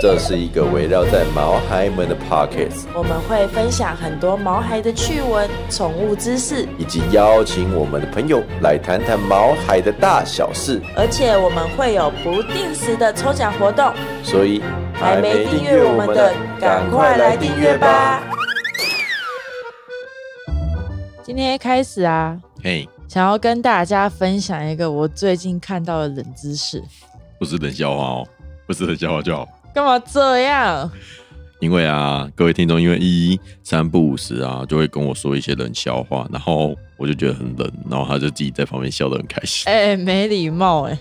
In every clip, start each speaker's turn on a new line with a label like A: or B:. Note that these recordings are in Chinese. A: 这是一个围绕在毛孩们的 Pockets，
B: 我们会分享很多毛孩的趣闻、宠物知识，
A: 以及邀请我们的朋友来谈谈毛孩的大小事。
B: 而且我们会有不定时的抽奖活动。
A: 所以
B: 还没订阅我们的，赶快来订阅吧！！今天开始啊，
C: 嘿，
B: 想要跟大家分享一个我最近看到的冷知识。
C: 不是冷笑话哦，不是冷笑话就好。
B: 干嘛这样？
C: 因为啊，各位听众，因为依依三不五时啊，就会跟我说一些冷笑话，然后我就觉得很冷，然后他就自己在旁边笑得很开心。
B: 哎、没礼貌哎、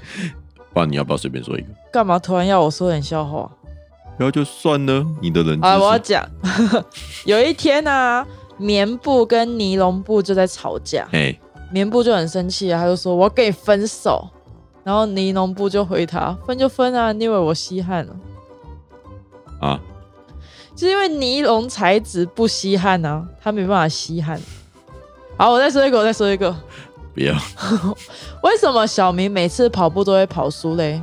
C: 不然你要不要随便说一个？
B: 干嘛突然要我说冷笑话？
C: 然后就算了，你的冷知
B: 啊，我要
C: 识，
B: 讲， 有一天呢、棉布跟尼龙布就在吵 架，
C: 嘿，
B: 棉布就很生气啊，他就说我要跟你分手，然后尼龙布就回他分就分啊，你以为我稀罕了？
C: 啊，
B: 就是因为尼龙材质不稀罕啊，它没办法稀罕。好，我再说一个，我再说一个，
C: 不要，
B: 为什么小明每次跑步都会跑输嘞？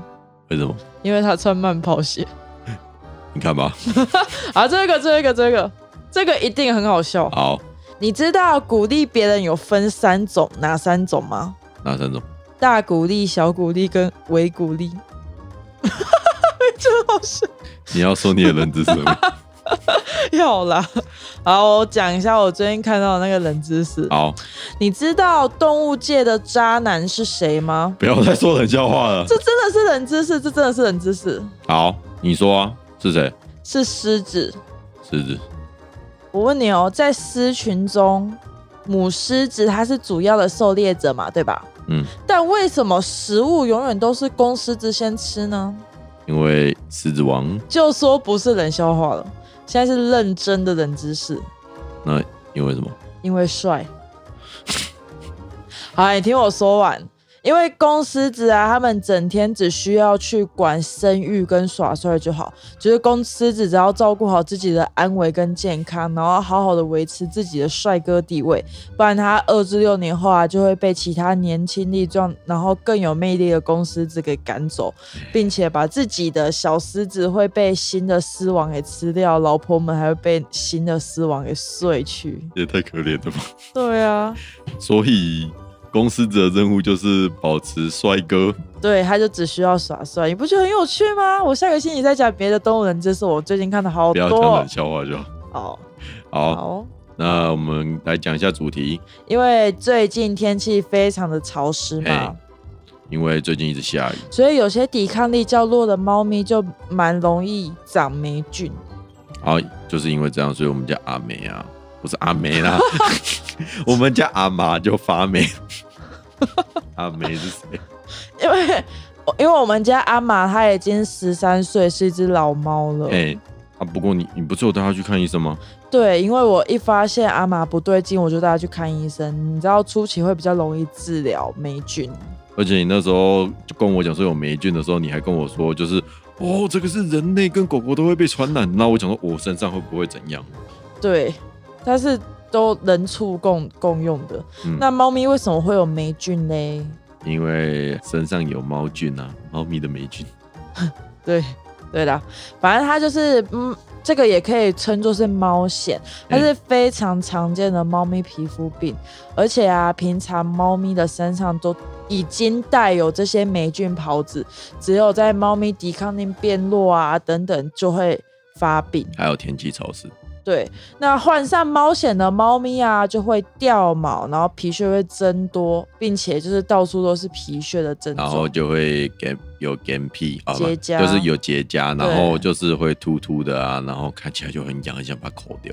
C: 为什么？
B: 因为他穿慢跑鞋。
C: 你看吧，
B: 好，这个，这个，这个，这个一定很好笑。
C: 好，
B: 你知道鼓励别人有分三种，哪三种吗？
C: 哪三种？
B: 大鼓励、小鼓励跟微鼓励。 真好笑，
C: 你要说你的冷 知识吗？
B: 要啦。好，我讲一下我最近看到的那个冷知识。
C: 好，
B: 你知道动物界的渣男是谁吗？
C: 不要再说冷笑话了。
B: 这真的是冷知识，这真的是冷知识，
C: 好，你说啊，是谁？
B: 是狮子。
C: 狮子。
B: 我问你哦，在狮群中，母狮子它是主要的狩猎者嘛，对吧？
C: 嗯，
B: 但为什么食物永远都是公狮子先吃呢？
C: 因为狮子王，
B: 就说不是冷笑话了，现在是认真的冷知识，
C: 那因为什么？
B: 因为帅。 好，你听我说完。因为公狮子啊，他们整天只需要去管生育跟耍帅就好，就是公狮子只要照顾好自己的安危跟健康，然后好好的维持自己的帅哥地位，不然他二至六年后啊，就会被其他年轻力壮然后更有魅力的公狮子给赶走，并且把自己的小狮子会被新的狮王给吃掉，老婆们还会被新的狮王给睡去。
C: 也太可怜了吧。
B: 对啊，
C: 所以公司的任务就是保持帅哥。
B: 对，他就只需要耍帅，你不觉得很有趣吗？我下个星期再讲别的动物人知识，我最近看的好
C: 不要
B: 多
C: 讲
B: 哦
C: 冷笑话就好。
B: 哦。
C: 好，
B: 好，
C: 那我们来讲一下主题，
B: 因为最近天气非常的潮湿嘛
C: 哎，因为最近一直下雨，
B: 所以有些抵抗力较弱的猫咪就蛮容易长霉菌。
C: 好，啊就是因为这样，所以我们家阿梅啊，不是阿梅啦，我们家阿妈就发霉。 阿梅是谁？
B: 因为 因为我们家阿玛它已经十三岁，是一只老猫了。
C: 哎、啊，不过你你不是有带她去看医生吗？
B: 对，因为我一发现阿玛不对劲，我就带它去看医生。你知道初期会比较容易治疗霉菌，
C: 而且你那时候就跟我讲说有霉菌的时候，你还跟我说就是哦，这个是人类跟狗狗都会被传染。那我想说，我、身上会不会怎样？
B: 对，它是都人畜共共用的。
C: 嗯
B: 那猫咪为什么会有霉菌嘞？
C: 因为身上有猫菌啊，猫咪的霉菌。
B: 对，对啦，反正它就是嗯，这个也可以称作是猫癣，它是非常常见的猫咪皮肤病，而且啊，平常猫咪的身上都已经带有这些霉菌孢子，只有在猫咪抵抗力变弱啊等等就会发病。
C: 还有天气潮湿，
B: 对，那患上猫癣的猫咪啊，就会掉毛，然后皮屑会增多，并且就是到处都是皮屑的症
C: 然后
B: 状。
C: 就会给有干屁啊，不
B: 结痂
C: 就是有结痂，
B: 对
C: 然后就是会突突的啊，然后看起来就很痒，很想把它抠掉。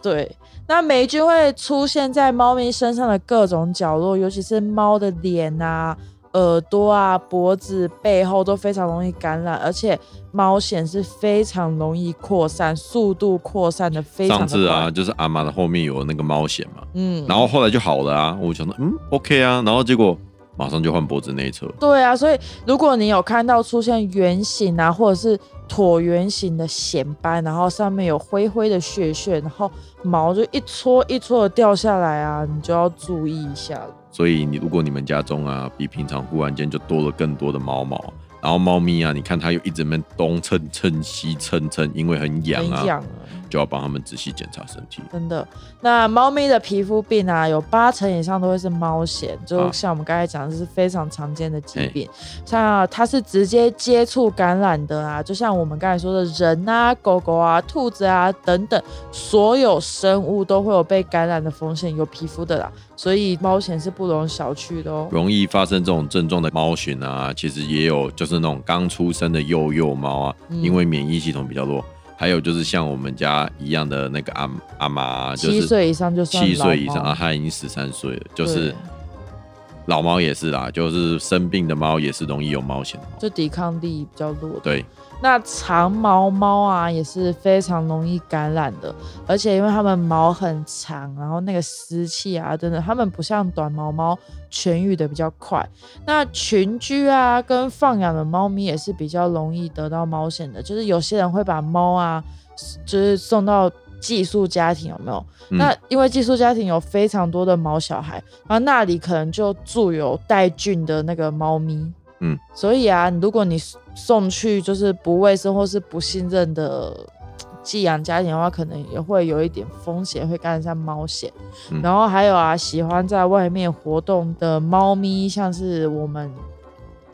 B: 对，那霉菌会出现在猫咪身上的各种角落，尤其是猫的脸啊、耳朵啊、脖子、背后都非常容易感染，而且猫癣是非常容易扩散，速度扩散的非常
C: 上
B: 的
C: 次啊，
B: 快，
C: 就是阿妈的后面有那个猫癣嘛，
B: 嗯，
C: 然后后来就好了啊。我想说，嗯，OK 啊，然后结果马上就换脖子内侧。
B: 对啊，所以如果你有看到出现圆形啊，或者是椭圆形的显斑，然后上面有灰灰的血血，然后毛就一撮一撮的掉下来啊，你就要注意一下了。
C: 所以你如果你们家中啊，比平常忽然间就多了更多的毛毛，然后猫咪啊，你看它又一直在那边东蹭蹭西蹭蹭，因为很痒
B: 很
C: 啊，
B: 痒啊，
C: 就要帮它们仔细检查身体。
B: 真的。那猫咪的皮肤病啊，有八成以上都会是猫癣，就
C: 啊
B: 像我们刚才讲的，是非常常见的疾病。像、它是直接接触感染的啊，就像我们刚才说的人啊、狗狗啊、兔子啊等等，所有生物都会有被感染的风险，有皮肤的啦。所以猫癣是不容小觑的哦。
C: 容易发生这种症状的猫癣啊，其实也有就是那种刚出生的幼幼猫啊，
B: 嗯
C: 因为免疫系统比较弱，还有就是像我们家一样的那个阿阿妈啊，就
B: 七
C: 是
B: 岁以上就算
C: 七岁以
B: 老
C: 上
B: 猫
C: 啊，，它已经十三岁了，就是
B: 对
C: 老猫也是啦，就是生病的猫也是容易有猫癣的猫。
B: 就抵抗力比较弱的。
C: 对，
B: 那长毛猫啊也是非常容易感染的，而且因为它们毛很长，然后那个湿气啊，真的，它们不像短毛猫痊愈的比较快。那群居啊跟放养的猫咪也是比较容易得到猫癣的，就是有些人会把猫啊，就是送到。寄宿家庭有没有？
C: 嗯
B: 那因为寄宿家庭有非常多的毛小孩，然后那里可能就住有带菌的那个猫咪，
C: 嗯
B: 所以啊，如果你送去就是不卫生或是不信任的嘖寄养家庭的话，可能也会有一点风险，会感染上猫癣。
C: 嗯
B: 然后还有啊，喜欢在外面活动的猫咪，像是我们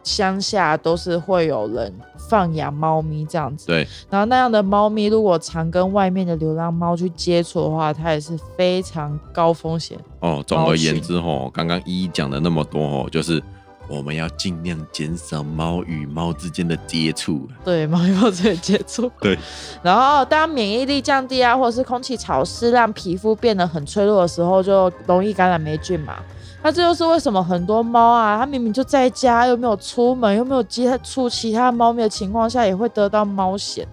B: 乡下都是会有人放养猫咪这样子。
C: 对，
B: 然后那样的猫咪如果常跟外面的流浪猫去接触的话，它也是非常高风险。
C: 哦，总
B: 猫
C: 而
B: 癣
C: 言之吼，刚刚一一讲的那么多吼，就是我们要尽量减少猫与猫之间的接触。
B: 对，猫与猫之间的接触。
C: 对，
B: 然后哦当免疫力降低啊，或者是空气潮湿，让皮肤变得很脆弱的时候，就容易感染霉菌嘛。那这就是为什么很多猫啊，它明明就在家，又没有出门，又没有接触其他猫咪的情况下，也会得到猫癣。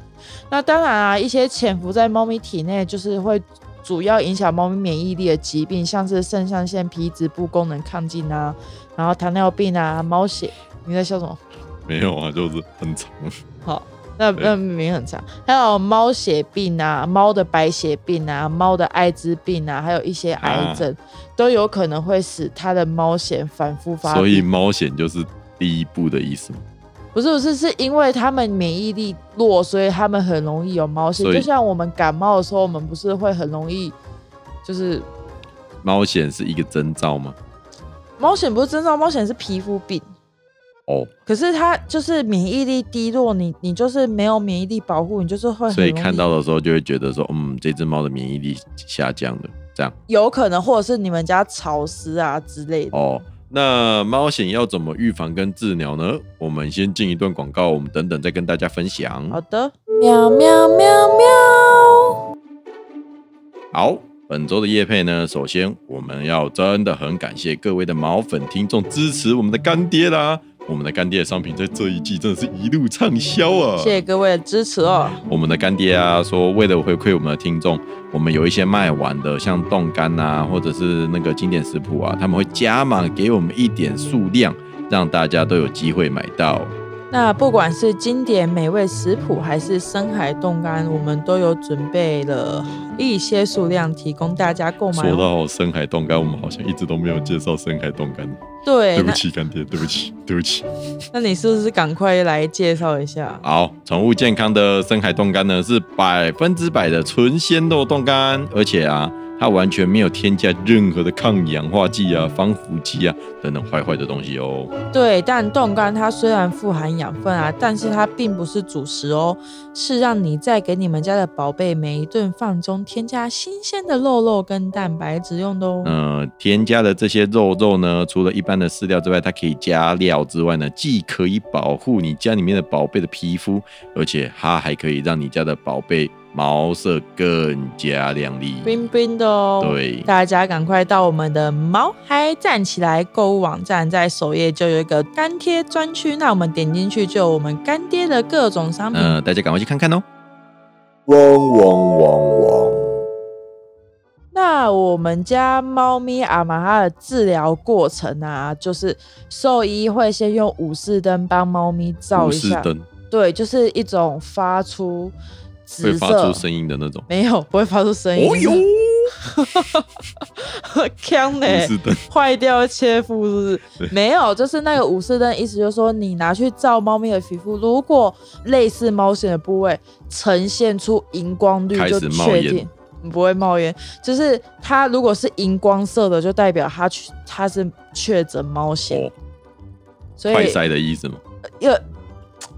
B: 那当然啊，一些潜伏在猫咪体内，就是会主要影响猫咪免疫力的疾病，像是肾上腺皮质不功能亢进啊，然后糖尿病啊，猫血。你在笑什么？
C: 没有啊，就是很长。
B: 好，那那名很长，还有猫血病啊、猫的白血病啊、猫的艾滋病啊，还有一些癌症，都有可能会使它的猫癣反复发病。
C: 所以猫癣就是第一步的意思嘛。
B: 不是不是，是因为它们免疫力弱，所以它们很容易有猫癣。
C: 所以
B: 就像我们感冒的时候，我们不是会很容易，就是
C: 猫癣是一个征兆吗？
B: 猫癣不是真正猫癣是皮肤病。
C: 哦，
B: 可是它就是免疫力低落，你你就是没有免疫力保护，你就是会很
C: 所以
B: 容易
C: 看到的时候就会觉得说，嗯，这只猫的免疫力下降了，这样
B: 有可能或者是你们家潮湿啊之类的。
C: 哦。那猫癣要怎么预防跟治疗呢？我们先进一段广告，我们等等再跟大家分享。
B: 好的，喵喵喵喵。
C: 好，本周的夜配呢，首先我们要真的很感谢各位的毛粉听众支持我们的干爹啦！我们的干爹的商品在这一季真的是一路畅销啊！
B: 谢谢各位的支持哦。
C: 我们的干爹啊，说为了回馈我们的听众，我们有一些卖完的，像冻干啊，或者是那个经典食谱啊，他们会加码给我们一点数量，让大家都有机会买到。
B: 那不管是经典美味食谱还是深海冻干，我们都有准备了一些数量提供大家购买、
C: 说
B: 哦。
C: 到深海冻干，我们好像一直都没有介绍深海冻干，
B: 对，
C: 对不
B: 那
C: 起干爹，对不起，对不起。
B: 那你是不是赶快来介绍一下？
C: 好，宠物健康的深海冻干呢，是百分之百的纯鲜肉冻干，而且啊，它完全没有添加任何的抗氧化剂啊、防腐剂啊等等坏坏的东西哦。
B: 对，但冻干它虽然富含养分啊，但是它并不是主食哦，是让你在给你们家的宝贝每一顿饭中添加新鲜的肉肉跟蛋白质用的哦。
C: 呃，添加的这些肉肉呢，除了一般的饲料之外，它可以加料之外呢，既可以保护你家里面的宝贝的皮肤，而且它还可以让你家的宝贝毛色更加亮丽。
B: 冰冰的哦。
C: 对
B: 大家赶快到我们的毛孩站起来购物网站，在首页就有一个干爹专区，那我们点进去就有我们干爹的各种商品。
C: 呃，大家赶快去看看哦。
A: 嗡嗡嗡嗡。
B: 那那我们家猫咪阿玛哈的治疗过程啊，就是兽医会先用武士灯帮猫咪照
C: 无
B: 一
C: 视
B: 下，
C: 灯
B: 对，就是一种发出
C: 会
B: 紫
C: 发
B: 色
C: 出，声音的那种。
B: 没有不会发出声音，
C: 哦哟，
B: 呛呢、欸
C: 无视灯，
B: 坏掉切腹是不
C: 对
B: 是？没有，就是那个武士灯，意思就是说你拿去照猫咪的皮肤，如果类似猫藓的部位呈现出荧光绿
C: 开，始
B: 就
C: 冒
B: 确
C: 烟
B: 定。不会冒烟，就是它如果是荧光色的，就代表它去它是确诊猫藓，
C: 哦，
B: 所
C: 快
B: 以
C: 塞的意思嘛。
B: 又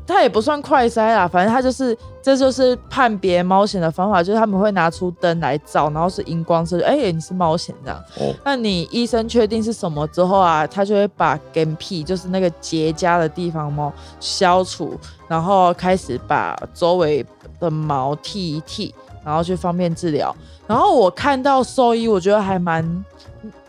B: 它也不算快筛啦，反正它就是这就是判别猫藓的方法，就是他们会拿出灯来照，然后是荧光色，就哎、你是猫藓这样。
C: 哦，
B: 那你医生确定是什么之后啊，他就会把 g a m p 就是那个结痂的地方毛消除，然后开始把周围的毛剃一剃，然后去方便治疗。然后我看到兽医，我觉得还蛮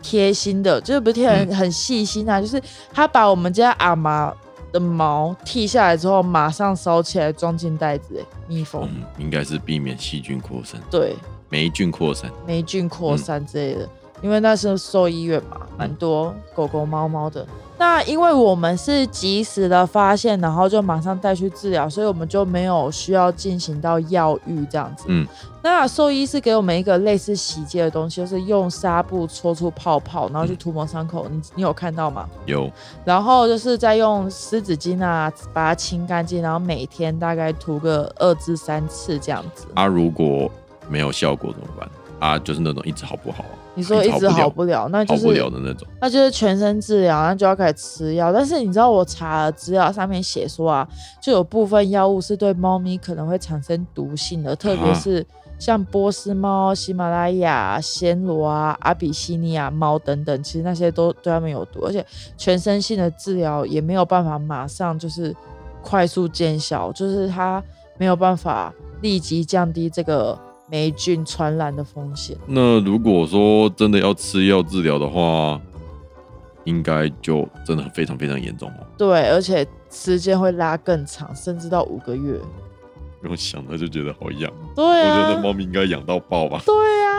B: 贴心的，就是不是贴很很细心啊， 就是他把我们家阿妈的毛剃下来之后，马上烧起来装进袋子、欸，密封，
C: 嗯，应该是避免细菌扩散、
B: 对，
C: 霉菌扩散。
B: 霉菌
C: 嗯
B: 扩散之类的，因为那是兽医院嘛，蛮多狗狗、猫猫的。那因为我们是及时的发现，然后就马上带去治疗，所以我们就没有需要进行到药浴这样子。
C: 嗯，
B: 那兽医是给我们一个类似洗洁的东西，就是用纱布搓出泡泡，然后去涂抹伤口。你你有看到吗？
C: 有，
B: 然后就是再用湿纸巾啊把它清干净，然后每天大概涂个二至三次这样子。
C: 啊，如果没有效果怎么办？啊，就是那种一直好不好啊？
B: 你说一直好不了，那就
C: 好
B: 是
C: 不了的那种。
B: 那就是全身治疗，那就要开始吃药。但是你知道我查了资料，上面写说啊，就有部分药物是对猫咪可能会产生毒性的，特别是像波斯猫、喜马拉雅、暹罗啊、阿比西尼亚猫等等，其实那些都对它们有毒，而且全身性的治疗也没有办法马上就是快速见效，就是它没有办法立即降低这个霉菌传染的风险。
C: 那如果说真的要吃药治疗的话，应该就真的非常非常严重哦。
B: 对，而且时间会拉更长，甚至到五个月。
C: 我想到就觉得好痒，哦我
B: 对
C: 觉
B: 啊
C: 得，猫咪应该养到爆吧。
B: 对啊。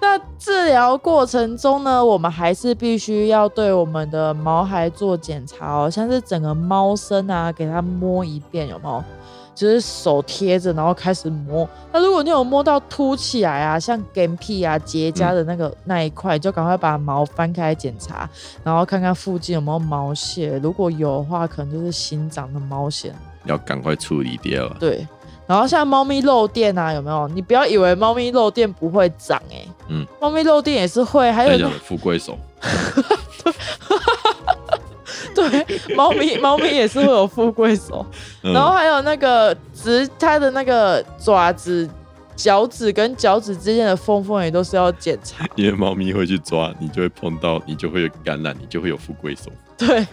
B: 那治疗过程中呢，我们还是必须要对我们的毛孩做检查哦，像是整个猫身啊，给它摸一遍，有没有？就是手贴着，然后开始摸。那如果你有摸到凸起来啊，像 g a m p 啊结痂的那个、那一块，就赶快把毛翻开检查，然后看看附近有没有毛屑。如果有的话，可能就是新长的毛屑。
C: 要赶快处理掉了。
B: 对，然后像猫咪漏电啊，有没有？你不要以为猫咪漏电不会长哎、
C: 嗯，
B: 猫咪漏电也是会，还有
C: 再
B: 一个
C: 讲富贵手，
B: 对， 猫咪猫咪也是会有富贵手，
C: 嗯
B: 然后还有那个直它的那个爪子、脚趾跟脚趾之间的缝缝也都是要检查，
C: 因为猫咪会去抓，你就会碰到，你就会感染，你就会有富贵手。
B: 对，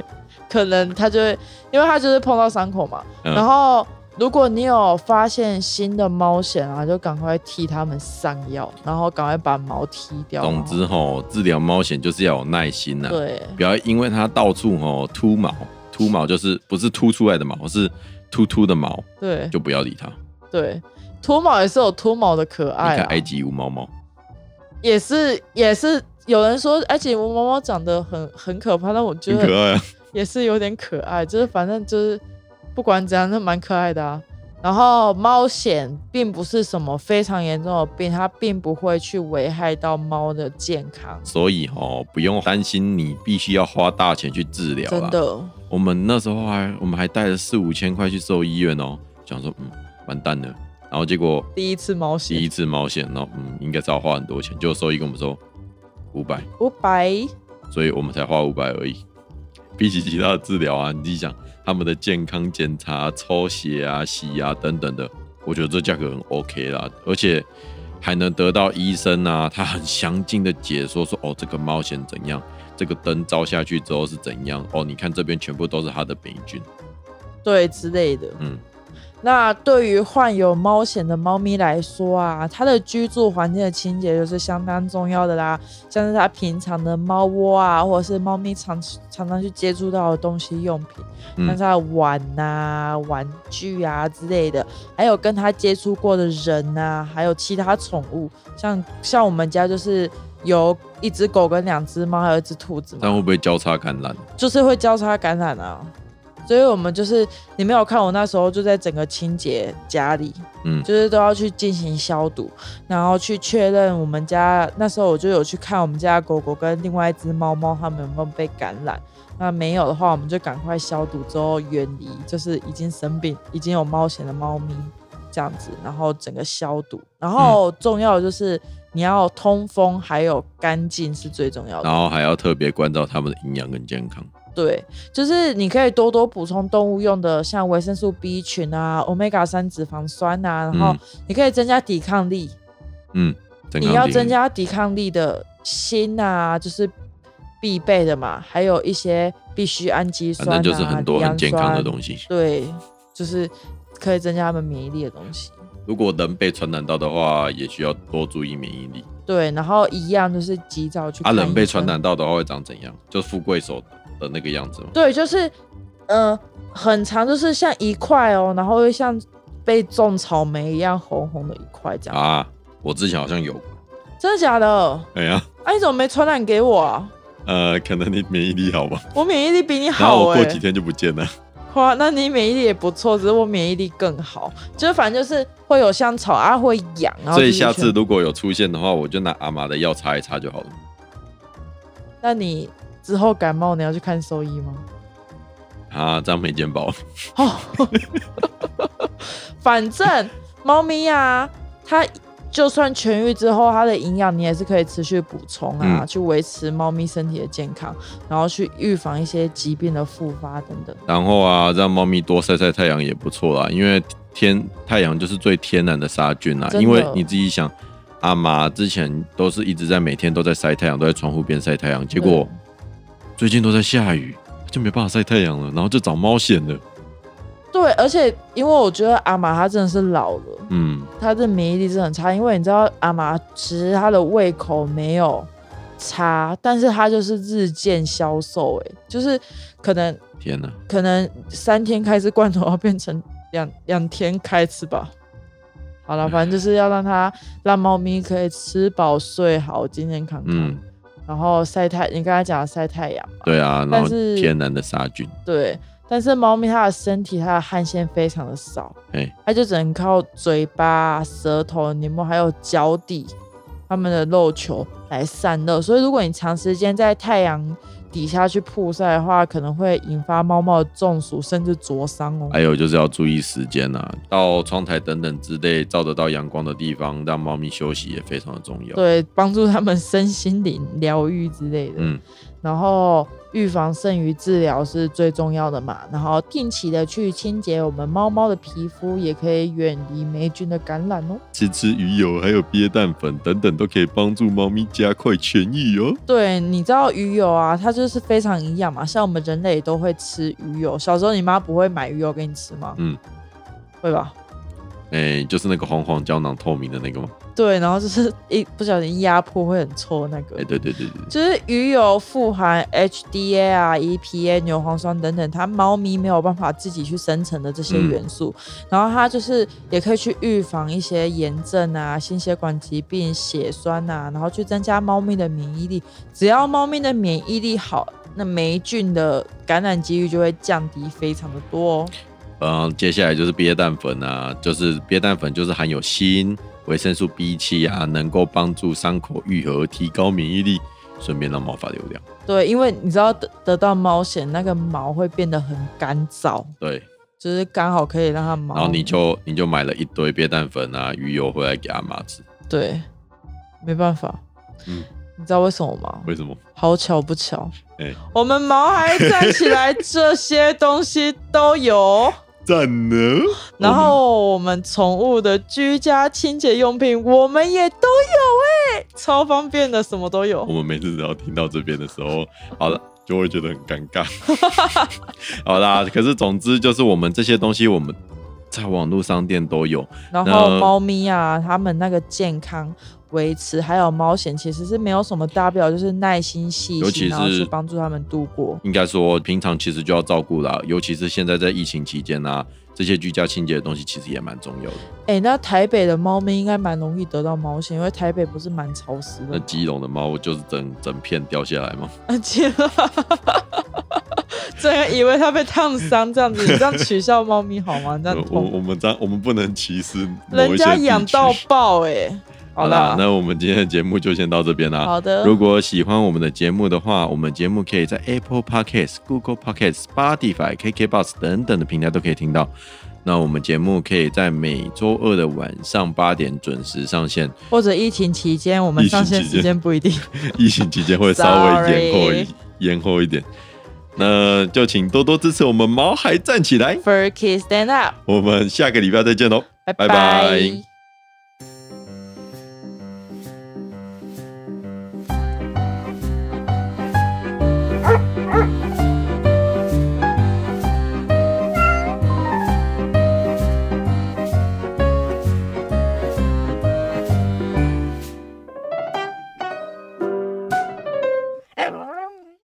B: 可能它就会，因为它就是碰到伤口嘛，
C: 嗯
B: 然后。如果你有发现新的猫藓啊，就赶快替它们上药，然后赶快把毛剃掉。
C: 总之吼，治疗猫藓就是要有耐心啊呐、
B: 然后，对，
C: 不要因为它到处吼秃毛，秃毛就是不是凸出来的毛，是秃秃的毛，
B: 对
C: 就不要理它。
B: 对，秃毛也是有秃毛的可
C: 你
B: 爱、
C: 看哎
B: 啊，
C: 埃及无毛猫，
B: 也是也是有人说埃及无毛猫长得很很可怕，但我觉
C: 很可
B: 得
C: 爱啊。
B: 也是有点可爱，就是反正就是不管怎样，那蛮可爱的啊。然后猫藓并不是什么非常严重的病，它并不会去危害到猫的健康，
C: 所以哦，不用担心，你必须要花大钱去治疗
B: 真
C: 啦。
B: 的。
C: 我们那时候还我们还带了四五千块去兽医院哦，想说嗯完蛋了，然后结果
B: 第一次猫
C: 第一
B: 藓
C: 次冒险，然后嗯应该是要花很多钱，就兽医跟我们说五百，
B: 五百，
C: 所以我们才花五百而已。比起其他的治疗啊，你自己想他们的健康检查、抽血啊、洗啊等等的，我觉得这价格很 OK 啦，而且还能得到医生啊他很详尽的解说说哦这个猫藓怎样，这个灯照下去之后是怎样，哦你看这边全部都是它的霉菌，
B: 对之类的。
C: 嗯，
B: 那对于患有猫藓的猫咪来说啊，它的居住环境的清洁就是相当重要的啦，像是它平常的猫窝啊，或者是猫咪常常常去接触到的东西用品，
C: 嗯
B: 像是它的碗啊、玩具啊之类的，还有跟它接触过的人啊，还有其他宠物，像像我们家就是有一只狗跟两只猫，还有一只兔子
C: 但
B: 嘛，
C: 会不会交叉感染？
B: 就是会交叉感染啊。所以我们就是你没有看我那时候就在整个清洁家里，
C: 嗯
B: 就是都要去进行消毒，然后去确认我们家那时候我就有去看我们家的狗狗跟另外一只猫猫它们有没有被感染。那没有的话，我们就赶快消毒之后远离，就是已经生病、已经有猫癣的猫咪这样子，然后整个消毒。然后重要的就是你要通风，还有干净是最重要的
C: 然。后还要特别关照它们的营养跟健康。
B: 对，就是你可以多多补充动物用的，像维生素 B 群啊、omega 三脂肪酸啊，然后
C: 嗯
B: 你可以增加抵抗力。
C: 嗯，健康
B: 你要
C: 体
B: 增加抵抗力的锌啊，就是必备的嘛，还有一些必需氨基
C: 反
B: 酸、啊，
C: 正就是很多
B: 赖
C: 很健康的
B: 氨酸
C: 东西。
B: 对，就是可以增加他们免疫力的东西。
C: 如果人被传染到的话，也需要多注意免疫力。
B: 对，然后一样就是及早去
C: 啊，
B: 看医
C: 人被传
B: 生
C: 染到的话会长怎样？就富贵手的那个样子吗？
B: 对，就是呃，很长，就是像一块哦，然后又像被种草莓一样红红的一块这样。
C: 啊，我之前好像有过。
B: 真的假的？
C: 哎呀，
B: 啊，你怎么没传染给我啊？
C: 呃，可能你免疫力好吧，
B: 我免疫力比你
C: 然后
B: 好
C: 我
B: 哎、
C: 过几天就不见了。
B: 哇，那你免疫力也不错，只是我免疫力更好，就是反正就是会有香草啊，会痒，然后
C: 所以
B: 就是
C: 下
B: 全
C: 次如果有出现的话，我就拿阿玛的药擦一擦就好了。
B: 那你之后感冒你要去看兽医吗？
C: 啊，这样没健保。
B: 哦， 反正猫咪啊，它就算痊愈之后，它的营养你也是可以持续补充啊，
C: 嗯
B: 去维持猫咪身体的健康，然后去预防一些疾病的复发等等。
C: 然后啊，让猫咪多晒晒太阳也不错啦，因为天太阳就是最天然的杀菌啦。
B: 真的
C: 因为你自己想，阿妈之前都是一直在每天都在晒太阳，都在窗户边晒太阳，结果最近都在下雨，就没办法晒太阳了，然后就长猫癣了。
B: 对，而且因为我觉得阿玛它真的是老了，
C: 嗯，
B: 它的免疫力真的很差，因为你知道阿玛其实它的胃口没有差，但是它就是日渐消瘦、欸，就是可能
C: 天哪，
B: 可能三天开吃罐头，要变成两两天开吃吧。好了，反正就是要让它让猫咪可以吃饱睡好，健健康康，
C: 嗯，
B: 然后晒太，你刚才讲的晒太阳嘛，
C: 对啊，然
B: 但
C: 后
B: 是
C: 天然的杀菌，
B: 对。但是猫咪它的身体它的汗腺非常的少，
C: 哎，
B: 它就只能靠嘴巴、舌头、黏膜还有脚底它们的肉球来散热。所以如果你长时间在太阳底下去曝晒的话，可能会引发猫猫的中暑甚至灼伤哦。
C: 还有就是要注意时间啊，到窗台等等之类照得到阳光的地方，让猫咪休息也非常的重要。
B: 对，帮助他们身心灵疗愈之类的。
C: 嗯，
B: 然后预防胜于治疗是最重要的嘛。然后定期的去清洁我们猫猫的皮肤，也可以远离霉菌的感染哦。
C: 吃吃鱼油，还有鳖蛋粉等等，都可以帮助猫咪加快痊愈哦。
B: 对，你知道鱼油啊，它就是非常营养嘛，像我们人类都会吃鱼油。小时候你妈不会买鱼油给你吃吗？
C: 嗯，
B: 会吧？
C: 哎、就是那个黄黄胶囊透明的那个吗？
B: 对，然后就是一不小心压迫会很臭那个。
C: 哎、对对对对对，
B: 就是鱼油富含 HDA 啊、EPA、牛磺酸等等，它猫咪没有办法自己去生成的这些元素，
C: 嗯
B: 然后它就是也可以去预防一些炎症啊、心血管疾病、血栓啊，然后去增加猫咪的免疫力。只要猫咪的免疫力好，那霉菌的感染几率就会降低非常的多哦。
C: 嗯，接下来就是鳖蛋粉啊，就是鳖蛋粉就是含有锌、维生素 B 七啊，能够帮助伤口愈合，提高免疫力，顺便让毛发流量。
B: 对，因为你知道得得到猫癣，那个毛会变得很干燥，
C: 对，
B: 就是刚好可以让它毛。
C: 然后你就你就买了一堆鳖蛋粉啊、鱼油回来给阿妈吃，
B: 对，没办法。
C: 嗯
B: 你知道为什么吗？
C: 为什么？
B: 好巧不巧，
C: 哎
B: 我们毛孩站起来这些东西都
C: 嗯
B: 有。
C: 赞呢！
B: 然后我们宠物的居家清洁用品，我们也都有哎、超方便的，什么都有
C: 我。们每次只要听到这边的时候，好了，就会觉得很尴尬。 好啦，可是总之就是我们这些东西，我们在网络商店都有。
B: 然后猫咪啊，它们那个健康维持，还有猫癣，其实是没有什么大不了，就是耐心细
C: 尤
B: 心，
C: 其
B: 然后
C: 是
B: 去帮助它们度过。
C: 应该说，平常其实就要照顾啦，尤其是现在在疫情期间啊，这些居家清洁的东西其实也蛮重要的。
B: 哎、那台北的猫咪应该蛮容易得到猫癣，因为台北不是蛮潮湿的
C: 那
B: 吗。
C: 基隆的猫就是整整片掉下来嘛，
B: 啊， 天啊！整个以为它被烫伤这样子，你这样取笑猫咪好吗？这 样
C: 我我
B: 痛，
C: 我们这样我们不能歧视某
B: 人
C: 一些
B: 家
C: 地
B: 养
C: 区
B: 到爆哎、
C: 好啦，那我们今天的节目就先到这边啦。
B: 好的，
C: 如果喜欢我们的节目的话，我们节目可以在 Apple Podcast、Google Podcast、Spotify、KKBox 等等的平台都可以听到。那我们节目可以在每周二的晚上八点准时上线，
B: 或者疫情期间我们
C: 疫情
B: 上线
C: 期
B: 时间不一定。
C: 疫情期间会稍微延后
B: Sorry
C: 一延后一点。那就请多多支持我们毛孩站起来，
B: Fur kids stand up，
C: 我们下个礼拜再见喽，
B: 拜
C: 拜拜